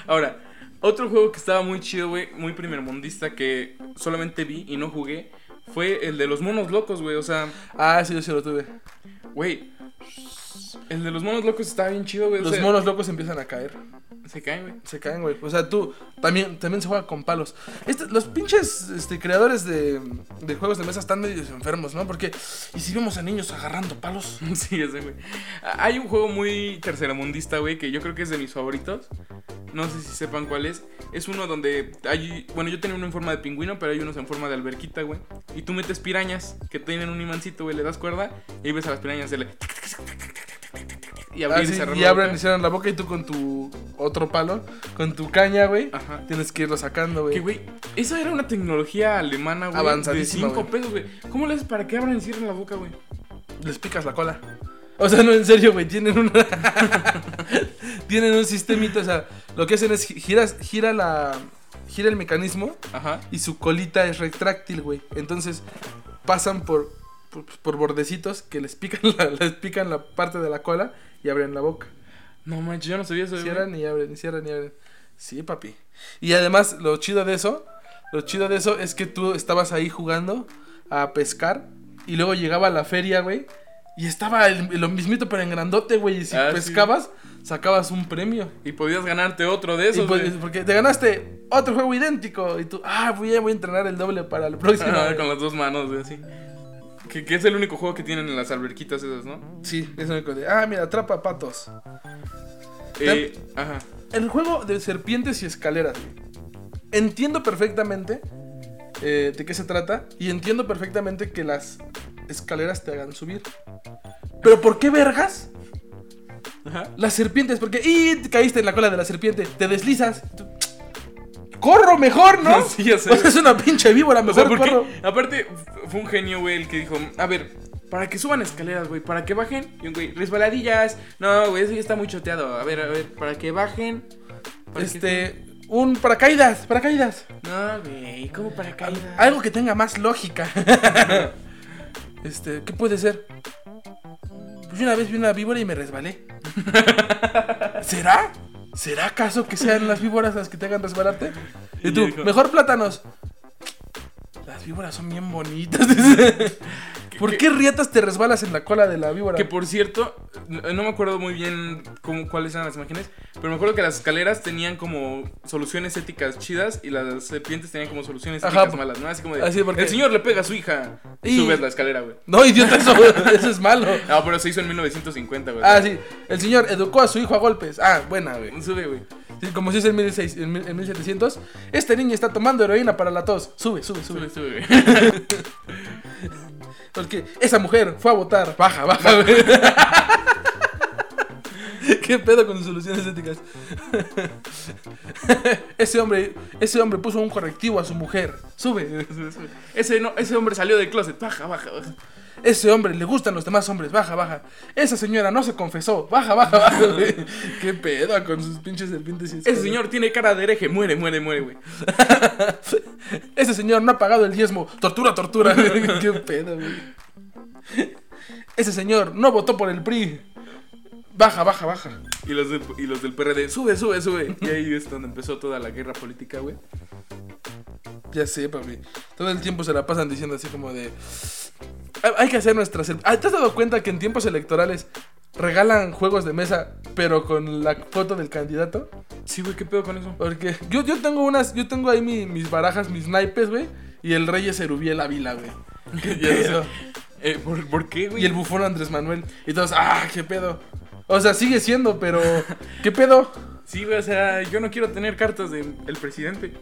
S1: Ahora, otro juego que estaba muy chido, güey, muy primermundista que solamente vi y no jugué fue el de los monos locos, güey. O sea,
S2: Ah, sí, yo sí lo tuve.
S1: güey, el de los monos locos estaba bien chido, güey. o
S2: Los
S1: sea,
S2: monos locos empiezan a caer.
S1: se caen, güey.
S2: Se caen, güey. O sea, tú también, también se juega con palos. Este- los pinches este, creadores de, de juegos de mesa están medio enfermos, ¿no? Porque, ¿y si vemos a niños agarrando palos?
S1: [laughs] Sí, ese, güey. Ah, Hay un juego muy tercermundista, güey, que yo creo que es de mis favoritos. No sé si sepan cuál es. Es uno donde hay. Bueno, yo tenía uno en forma de pingüino, pero hay unos en forma de alberquita, güey. Y tú metes pirañas que tienen un imancito, güey, le das cuerda y ahí ves a las pirañas hacerle. tic, tic, tic, tic, tic, tic, tic, tic, tic, tic, Y abrir
S2: Ah,
S1: y
S2: sí,
S1: cerrar
S2: y
S1: la
S2: abren y
S1: boca.
S2: cierran la boca y tú con tu otro palo, con tu caña, güey,
S1: Ajá.
S2: tienes que irlo sacando,
S1: Ah. Que,
S2: güey.
S1: güey, esa era una tecnología alemana, güey.
S2: Avanzadísima,
S1: De 5
S2: güey.
S1: pesos, güey. ¿Cómo le haces para que abran y cierren la boca, güey?
S2: Les picas la cola. O sea, no, en serio, güey, tienen una... [laughs] tienen un sistemito, o sea, lo que hacen es gi- giras, gira la... gira el mecanismo
S1: Ajá.
S2: y su colita es retráctil, güey. Entonces, pasan por, por, por bordecitos que les pican, la, [laughs] les pican la parte de la cola y abren la boca.
S1: No manches, yo no sabía eso, güey.
S2: Cierran y abren, y cierran y abren. Sí, papi. Y además, lo chido de eso, lo chido de eso es que tú estabas ahí jugando a pescar y luego llegaba a la feria, güey, y estaba el- lo mismito pero en grandote, güey, y si
S1: Ah, sí.
S2: pescabas, sacabas un premio.
S1: Y podías ganarte otro de
S2: Y
S1: esos,
S2: pues,
S1: güey.
S2: porque te ganaste otro juego idéntico y tú, ah, voy a, voy a entrenar el doble para
S1: [laughs]
S2: el próximo.
S1: Ah, con las dos manos, güey, así. Que, que es el único juego que tienen en las alberquitas esas, ¿no?
S2: Sí, eso me acordé. Ah, mira, atrapa patos.
S1: Eh, ajá.
S2: El juego de serpientes y escaleras. güey. Entiendo perfectamente eh, de qué se trata y entiendo perfectamente que las escaleras te hagan subir. Pero ¿por qué vergas?
S1: Ajá.
S2: Las serpientes, porque ¡y! te caíste en la cola de la serpiente, te deslizas. tú, ¡Corro mejor, no!
S1: [laughs] Sí, ya sé.
S2: O sea, es una pinche víbora,
S1: O
S2: mejor
S1: sea, porque
S2: corro.
S1: aparte f- fue un genio, güey, el que dijo, a ver, para que suban escaleras, güey, para que bajen, y un güey, resbaladillas, no, güey, eso ya está muy choteado, a ver, a ver, para que bajen, para que-
S2: Este, un paracaídas, paracaídas.
S1: No, güey, ¿cómo para caídas?
S2: Algo que tenga más lógica. [laughs] este, ¿qué puede ser? Pues yo una vez vi una víbora y me resbalé. ¿Será? ¿será acaso que sean las víboras las que te hagan resbalarte? Y
S1: Y
S2: tú,
S1: dijo-
S2: mejor plátanos. Las víboras son bien bonitas. dice. ¿Por
S1: que-
S2: qué riatas te resbalas en la cola de la víbora?
S1: Que por cierto, no no me acuerdo muy bien cómo, cuáles eran las imágenes, pero me acuerdo que las escaleras tenían como soluciones éticas chidas y las serpientes tenían como soluciones
S2: Ajá.
S1: éticas malas, ¿no? Así como de,
S2: Así porque-
S1: el señor le pega a su hija y
S2: Y-
S1: subes la escalera, güey.
S2: No, idiota, eso, eso es malo.
S1: Ah, pero se hizo en 1950, güey.
S2: Ah, sí. El señor educó a su hijo a golpes. Ah, buena, güey.
S1: Sube, güey.
S2: Sí, como si es en, 1600, en mil- en 1700. Este niño está tomando heroína para la tos. Sube, sube,
S1: Sube,
S2: sube.
S1: sube, güey. [laughs]
S2: Porque esa mujer fue a votar. Baja, baja, güey. [laughs] ¿Qué pedo con sus soluciones éticas? [laughs] ese, hombre, ese hombre puso un correctivo a su mujer. Sube.
S1: Sube, sube. Ese, no, ese hombre salió del closet. Baja, baja, baja.
S2: Ese hombre le gustan los demás hombres. Baja, baja. Esa señora no se confesó. Baja, baja, baja. güey. [laughs] ¿Qué pedo con sus pinches serpientes? y
S1: Ese señor tiene cara de hereje. Muere, muere, muere, güey.
S2: Ese señor no ha pagado el diezmo. Tortura, tortura. Qué pedo, güey. Ese señor no votó por el PRI. Baja, baja, baja.
S1: Y los, del, y los del PRD, sube, sube, sube. Y ahí es donde empezó toda la guerra política, güey.
S2: Ya sé, papi. Todo el tiempo se la pasan diciendo así como de... "Hay- Hay que hacer nuestras... Ah, ¿Te has dado cuenta que en tiempos electorales regalan juegos de mesa, pero con la foto del candidato?
S1: Sí, güey, ¿qué pedo con eso?
S2: Porque yo, yo tengo unas... Yo tengo ahí mi- mis barajas, mis naipes, güey. Y el rey es Erubiel Ávila, güey.
S1: [laughs] Ya sé. Eh, ¿por, por qué, güey?
S2: Y el bufón Andrés Manuel. Y todos, ah, qué pedo. O sea, sigue siendo, pero. ¿Qué pedo?
S1: Sí, güey, o sea, yo no quiero tener cartas del presidente.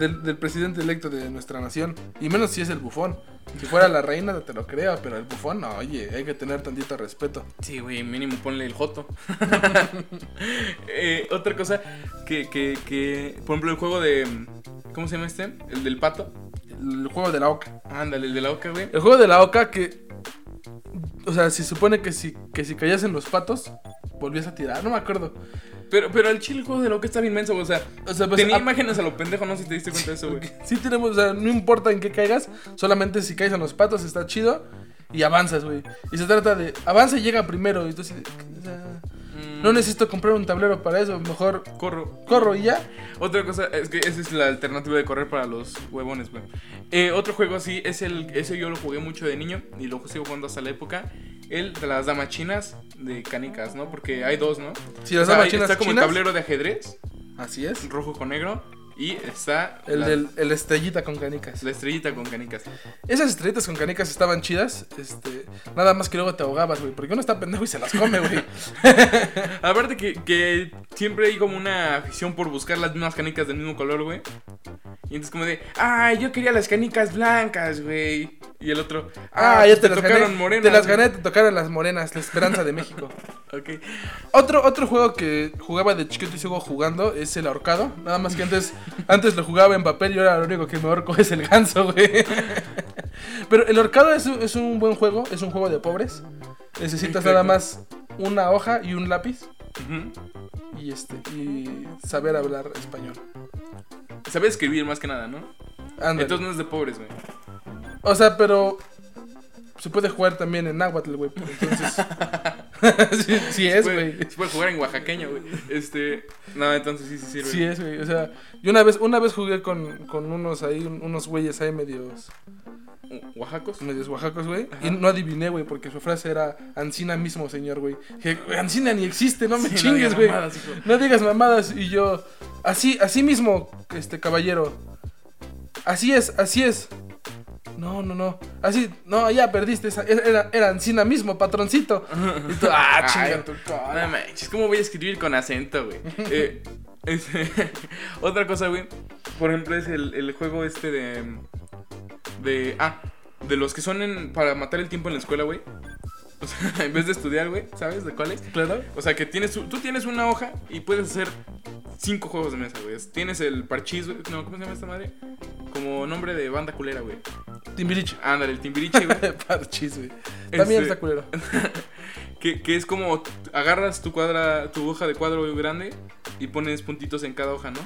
S2: Del, del presidente electo de nuestra nación. Y menos si es el bufón. Si fuera la reina, te lo creo, pero el bufón, no, oye, hay que tener tantito respeto.
S1: Sí, güey, mínimo ponle el joto. [laughs] Eh, otra cosa que, que, que, por ejemplo, el juego de... ¿Cómo se llama este? El del pato.
S2: El juego de la oca.
S1: Ándale, el de la oca, güey.
S2: El juego de la oca que. O sea, se supone que si, que si caías en los patos, volvías a tirar, no me acuerdo.
S1: Pero, pero el chile, el juego de la oca estaba inmenso, güey. O sea,
S2: O sea, pues,
S1: tenía
S2: a-
S1: imágenes a lo pendejo, no sé si te diste cuenta de eso, güey.
S2: Sí tenemos, o sea, no importa en qué caigas, solamente si caes en los patos está chido y avanzas, güey. Y se trata de avanza y llega primero. Y tú así de, o sea,
S1: Mm,
S2: no necesito comprar un tablero para eso, mejor
S1: Corro.
S2: corro y ya.
S1: Otra cosa es que esa es la alternativa de correr para los huevones, güey. Eh, otro juego así, es el, ese yo lo jugué mucho de niño y lo sigo jugando hasta la época. El de las damas chinas de canicas, ¿no? Porque hay dos, ¿no?
S2: Si las
S1: O sea,
S2: damas
S1: hay-
S2: chinas,
S1: está como
S2: chinas,
S1: el tablero de ajedrez,
S2: Así es.
S1: rojo con negro, y está
S2: El
S1: la,
S2: del el estrellita con canicas.
S1: la estrellita con canicas.
S2: Esas estrellitas con canicas estaban chidas, este, nada más que luego te ahogabas, güey, porque uno está pendejo y se las
S1: [laughs]
S2: come, güey.
S1: Aparte que, que siempre hay como una afición por buscar las mismas canicas del mismo color, güey. Y entonces como de, ay, yo quería las canicas blancas, güey. Y el otro, pues
S2: Ah, ya te, las
S1: tocaron
S2: gané.
S1: morenas.
S2: te las
S1: güey".
S2: gané, te tocaron las morenas, la esperanza
S1: [laughs]
S2: de México.
S1: Ok.
S2: Otro, otro juego que jugaba de chiquito y sigo jugando es el ahorcado. Nada más que antes, antes lo jugaba en papel y ahora lo único que me ahorco es el ganso, güey. [laughs] Pero el ahorcado es, un- es un buen juego, es un juego de pobres. Necesitas nada
S1: Exacto.
S2: más una hoja y un lápiz
S1: Ujú.
S2: y, este, y saber hablar español.
S1: Sabe escribir más que nada, ¿no?
S2: Ándale.
S1: Entonces no es de pobres, güey.
S2: O sea, pero se puede jugar también en náhuatl, güey. Entonces, [laughs] sí, sí es,
S1: Se
S2: güey.
S1: puede- Se puede jugar en oaxaqueño, güey. Este, no, entonces sí, sí sirve.
S2: Sí eh. es, güey. O sea, yo una vez, una vez jugué con, con unos ahí, un- unos güeyes ahí medios,
S1: O- ¿Oaxacos?
S2: medios oaxacos, güey.
S1: Ajá.
S2: Y no adiviné, güey, porque su frase era Ancina mismo, señor, güey. Dije, "Güey, Ancina ni existe, no me
S1: Sí, digas
S2: chingues, güey. No,
S1: mamadas, hijo.
S2: digas mamadas. Y yo, así, así mismo, este caballero. Así es, así es. No, no, no. Así, no, ya perdiste. Esa, era, era Ancina mismo, patroncito. [laughs] Y tú, ah,
S1: [laughs] Ay,
S2: chinga tu
S1: No
S2: cara.
S1: manches, ¿cómo voy a escribir con acento,
S2: [laughs]
S1: güey? Eh, este, [laughs] otra cosa, güey. Por ejemplo, es el, el juego este de. De. Ah, de los que son en- para matar el tiempo en la escuela, güey. O sea, [laughs] en vez de estudiar, güey, ¿sabes de cuál es?
S2: Claro.
S1: O sea, que tienes. Tú tienes una hoja y puedes hacer cinco juegos de mesa, güey. Tienes el parchís, güey. No, ¿cómo se llama esta madre? Como nombre de banda culera, güey.
S2: Timbiriche. [laughs]
S1: Ándale, el timbiriche, güey.
S2: Parchis, güey. También
S1: Este-
S2: está culero.
S1: Que, que es como t- agarras tu cuadra, tu hoja de cuadro grande y pones puntitos en cada hoja, ¿no?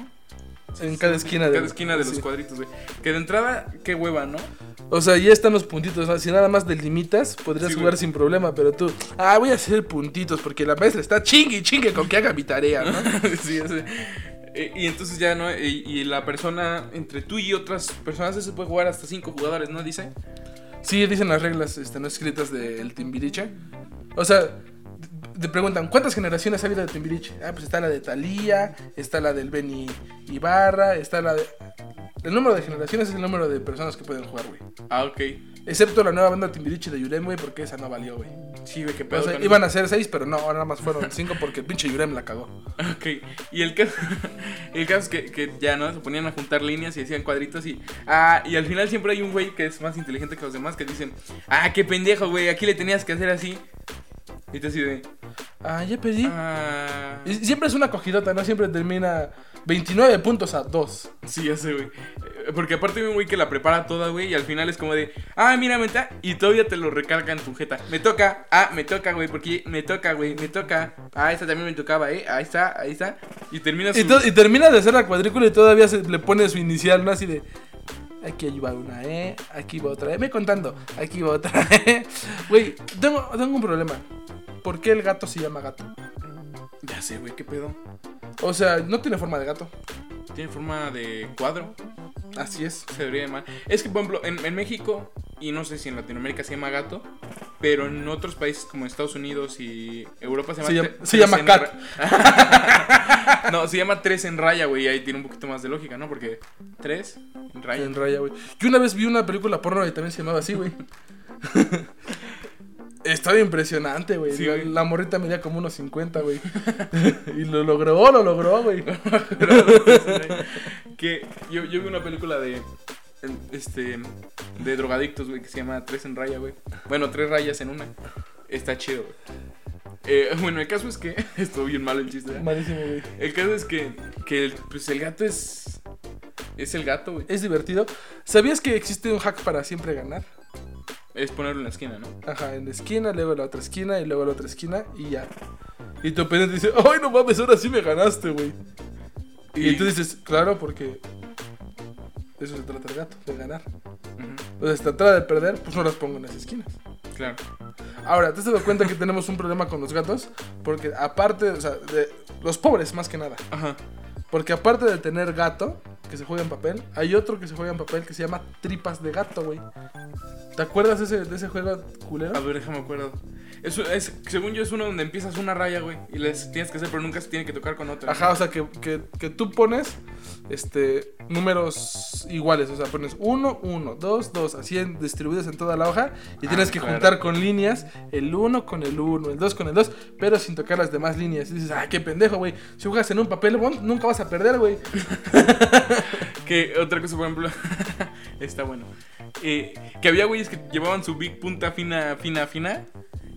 S2: En cada esquina de
S1: cada esquina de los
S2: sí.
S1: cuadritos, güey. Que de entrada, qué hueva, ¿no?
S2: O sea, ya están los puntitos. ¿no? Si nada más delimitas, podrías
S1: Sí,
S2: jugar
S1: güey.
S2: sin problema. Pero tú, ah, voy a hacer puntitos porque la maestra está chingue y chingue con que haga mi
S1: [laughs]
S2: tarea, ¿no?
S1: sí, o sea, eh, Y entonces ya, ¿no? Y, y la persona, entre tú y otras personas, eso puede jugar hasta cinco jugadores, ¿no? Dice.
S2: sí, dicen las reglas este, no escritas del Timbiriche. O sea, te preguntan, ¿cuántas generaciones ha habido de Timbiriche? Ah, pues está la de Talía, está la del Benny Ibarra, está la de. El número de generaciones es el número de personas que pueden jugar, güey.
S1: Ah, ok.
S2: Excepto la nueva banda Timbiriche de Yurem, güey, porque esa no valió, güey.
S1: Sí, güey, qué
S2: O
S1: pedo.
S2: sea,
S1: con-
S2: iban a ser seis, pero no, ahora nada más fueron cinco porque el pinche Yurem la cagó.
S1: Ok, y el caso, [laughs] el caso es que, que ya, ¿no? Se ponían a juntar líneas y hacían cuadritos y... Ah, y al final siempre hay un güey que es más inteligente que los demás que dicen... Ah, qué pendejo, güey, aquí le tenías que hacer así. Y te así de...
S2: Ah, ya pedí.
S1: Ah...
S2: Y siempre es una cogidota, ¿no? Siempre termina 29 puntos a 2.
S1: Sí, ya sé, güey. Eh, Porque aparte hay un güey que la prepara toda, güey, y al final es como de... Ah, mira, me ta-", Y todavía te lo recarga en tu jeta. Me toca, ah, me toca, güey, porque me toca, güey, me toca. Ah, esta también me tocaba, eh. Ahí está, ahí está. Y terminas...
S2: Y, to- y termina de hacer la cuadrícula y todavía se le pone su inicial, ¿no? Así de. Aquí va una E, aquí va otra E. Me contando, aquí va otra [laughs] E. Güey, tengo, tengo un problema. ¿Por qué el gato se llama gato?
S1: Ya sé, güey, qué pedo.
S2: O sea, no tiene forma de gato.
S1: Tiene forma de cuadro.
S2: Así es.
S1: Se debería llamar. Es que, por ejemplo, en, en México, y no sé si en Latinoamérica se llama gato, pero en otros países como Estados Unidos y Europa se llama.
S2: Se llama-
S1: tre-
S2: se
S1: tres
S2: llama
S1: en
S2: cat.
S1: ra- [laughs] no, se llama tres en raya, güey. y Ahí tiene un poquito más de lógica, ¿no? Porque tres en raya.
S2: En raya, güey. Yo una vez vi una película porno y también se llamaba así, güey. [laughs] Estaba impresionante, güey.
S1: Sí,
S2: la,
S1: güey.
S2: la morrita medía como unos 50, güey. [laughs] y lo logró, lo logró, güey.
S1: [laughs] que yo, yo vi una película de. Este. De drogadictos, güey, que se llama Tres en raya, güey. Bueno, tres rayas en una. Está chido, güey. Eh, [laughs] bueno, el caso es que. Estuvo bien mal el chiste. ¿eh?
S2: Malísimo, güey.
S1: El caso es que, que el, pues el gato es. Es el gato, güey.
S2: Es divertido. ¿Sabías que existe un hack para siempre ganar?
S1: Es ponerlo en la esquina, ¿no?
S2: Ajá, en la esquina, luego en la otra esquina y luego en la otra esquina y ya. Y tu oponente dice, ay, no mames, ahora sí me ganaste, güey. Y, tú dices, claro, porque de eso se trata el gato, de ganar.
S1: Ujú,
S2: O sea, si tratara de perder, pues no las pongo en las esquinas.
S1: claro.
S2: Ahora, ¿te has dado cuenta que tenemos un problema con los gatos? Porque aparte, o sea, de los pobres más que nada.
S1: Ajá.
S2: Porque aparte de tener gato, que se juega en papel, hay otro que se juega en papel que se llama tripas de gato, güey. ¿Te acuerdas de ese, de ese juego
S1: A
S2: culero?
S1: ver, déjame acuerdo. Es, es, según yo, es uno donde empiezas una raya, güey. Y les tienes que hacer, pero nunca se tiene que tocar con otra.
S2: Ajá, o sea, que, que- que tú pones este, números iguales. O sea, pones 1, 1, 2, 2, así en- distribuidos en toda la hoja. Y
S1: Ah,
S2: tienes que
S1: claro.
S2: juntar con líneas el 1 con el 1, el 2 con el 2, pero sin tocar las demás líneas. Y dices, ah, qué pendejo, güey. Si juegas en un papel bond, nunca vas a perder, güey.
S1: Que otra cosa, por ejemplo. [laughs] está bueno. Eh, que había güeyes que llevaban su big punta fina, fina, fina.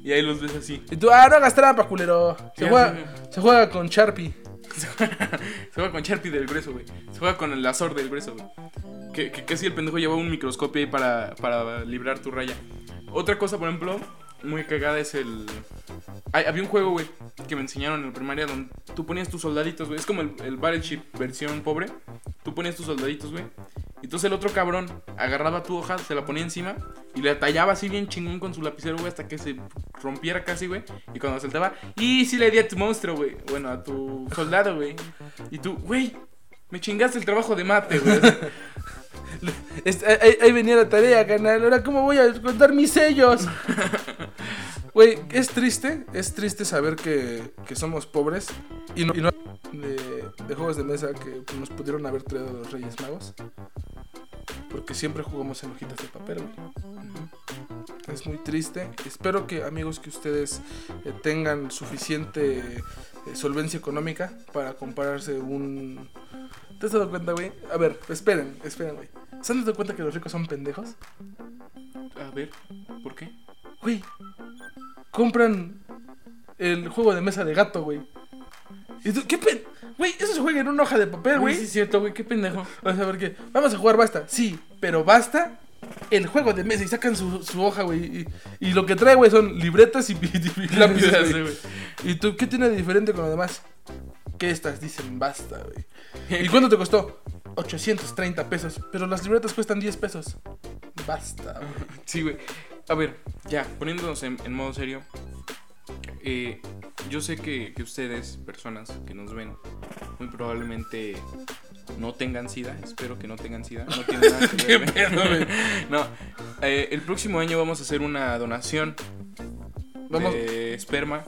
S1: Y ahí los ves así.
S2: Y tú, ah, no hagas trampa, culero. Se,
S1: Ya
S2: juega,
S1: sé.
S2: se juega con Sharpie.
S1: Se juega con Sharpie del grueso, güey. Se juega con el azor del grueso, güey. Que, que casi el pendejo lleva un microscopio ahí para, para librar tu raya. Otra cosa, por ejemplo, muy cagada es el. Ay, había un juego, güey, que me enseñaron en la primaria donde tú ponías tus soldaditos, güey. Es como el, el Battleship versión pobre. Tú ponías tus soldaditos, güey. Y entonces el otro cabrón agarraba tu hoja, se la ponía encima y le tallaba así bien chingón con su lapicero, güey, hasta que se rompiera casi, güey. Y cuando saltaba, y sí le di a tu monstruo, güey. Bueno, a tu soldado, güey. Y tú, güey, me chingaste el trabajo de mate, güey.
S2: Este, ahí- ahí, ahí venía la tarea, canal. Ahora, ¿cómo voy a contar mis sellos? Güey, es triste, es triste saber que, que somos pobres y no, y no de, de juegos de mesa que nos pudieron haber traído los Reyes Magos. Porque siempre jugamos en hojitas de papel, güey. Es muy triste. Espero que, amigos, que ustedes eh, tengan suficiente eh, solvencia económica para comprarse un... ¿Te has dado cuenta, güey? A ver, esperen, esperen, güey. ¿Se han dado cuenta que los ricos son pendejos?
S1: [laughs] A ver, ¿por qué?
S2: Güey, compran el juego de mesa de gato, güey. ¿Y tú, qué pen... Güey, eso se juega en una hoja de papel,
S1: Güey, sí
S2: güey.
S1: es cierto, güey, qué [laughs] pendejo.
S2: Vamos a ver qué. Vamos a jugar basta. Sí, pero basta el juego de mesa y sacan su, su hoja, güey. Y, y lo que trae, güey, son libretas y, [laughs] y- y
S1: Ya
S2: lápices,
S1: sé,
S2: güey.
S1: güey.
S2: ¿Y
S1: [laughs]
S2: tú qué tiene de diferente con lo demás? Que estas dicen basta, güey. ¿Y cuánto te costó? 830 pesos, pero las libretas cuestan 10 pesos. Basta, güey.
S1: Sí, güey. A ver, ya, poniéndonos en, en modo serio. eh, yo sé que, que ustedes, personas que nos ven, muy probablemente no tengan sida. Espero que no tengan sida. No tiene nada [laughs] que
S2: Qué
S1: ver,
S2: pedo, güey.
S1: No, eh, el próximo año vamos a hacer una donación
S2: Vamos.
S1: de
S2: [laughs]
S1: esperma.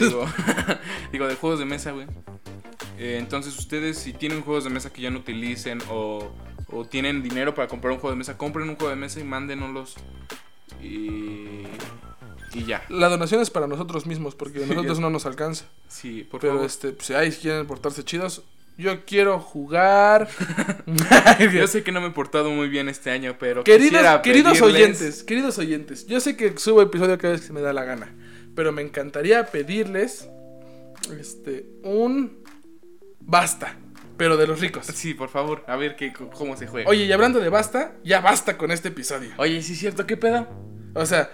S1: digo, [laughs] digo, de juegos de mesa, güey. Eh, entonces, ustedes, si tienen juegos de mesa que ya no utilicen o, o tienen dinero para comprar un juego de mesa, compren un juego de mesa y mándenoslos. Y. Y ya.
S2: La donación es para nosotros mismos, porque a nosotros no nos alcanza.
S1: Sí, por
S2: Pero
S1: favor.
S2: este, pues, si ahí quieren portarse chidos, yo quiero jugar.
S1: [laughs]
S2: [laughs]
S1: Yo sé que no me he portado muy bien este año, pero.
S2: Queridos,
S1: quisiera
S2: queridos
S1: pedirles-
S2: oyentes, queridos oyentes, yo sé que subo episodio cada vez que se me da la gana, pero me encantaría pedirles este un basta, pero de los ricos.
S1: Sí, por favor, a ver qué, cómo se juega.
S2: Oye, y hablando de basta, ya basta con este episodio.
S1: Oye, sí es cierto, ¿qué pedo?
S2: O sea,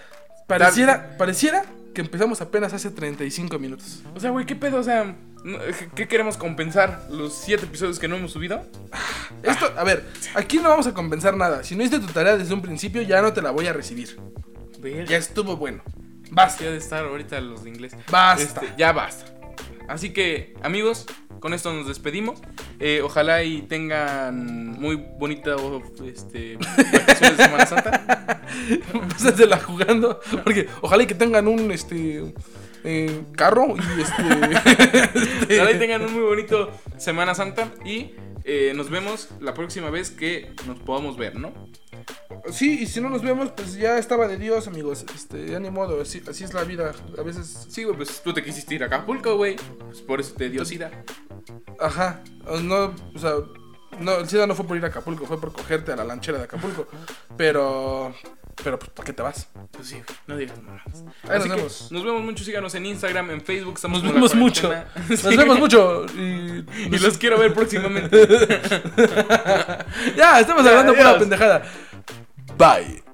S2: pareciera, pareciera que empezamos apenas hace 35 minutos.
S1: O sea, güey, ¿qué pedo? O sea, no- ¿qué queremos compensar? ¿Los siete episodios que no hemos subido?
S2: Esto, a ver, aquí no vamos a compensar nada. Si no hiciste tu tarea desde un principio, ya no te la voy a recibir. Ya
S1: Ya
S2: estuvo bueno.
S1: basta. Ya de estar ahorita los de inglés.
S2: Basta. [laughs]
S1: Este, ya basta. Así que, amigos, con esto nos despedimos. Eh, ojalá y tengan muy bonita o, este, vacaciones de Semana Santa.
S2: Pásatela jugando. Porque ojalá y que tengan un este eh, carro y [laughs] este.
S1: Ojalá [laughs] y tengan un muy bonito Semana Santa. Y eh, nos vemos la próxima vez que nos podamos ver, ¿no?
S2: Sí, y si no nos vemos, pues ya estaba de Dios, amigos. Este, ya ni modo, así, así es la vida. A veces.
S1: Sí, güey, pues tú te quisiste ir a Acapulco, güey. Pues por eso te dio sida.
S2: Ajá. o No, o sea. No, el SIDA no fue por ir a Acapulco, fue por cogerte a la lanchera de Acapulco. Pero. Pero, pues, ¿para qué te vas?
S1: Pues sí, no digas mamadas.
S2: Ahí
S1: Así
S2: nos
S1: que
S2: vemos.
S1: nos vemos mucho, síganos en Instagram, en Facebook, estamos
S2: Nos
S1: como La
S2: vemos
S1: [laughs]
S2: mucho.
S1: Cuarentena.
S2: Nos
S1: Sí.
S2: vemos mucho. Y,
S1: Y los quiero ver [laughs] próximamente.
S2: Ya, estamos
S1: Ya,
S2: hablando pura
S1: adiós.
S2: pendejada. Bye.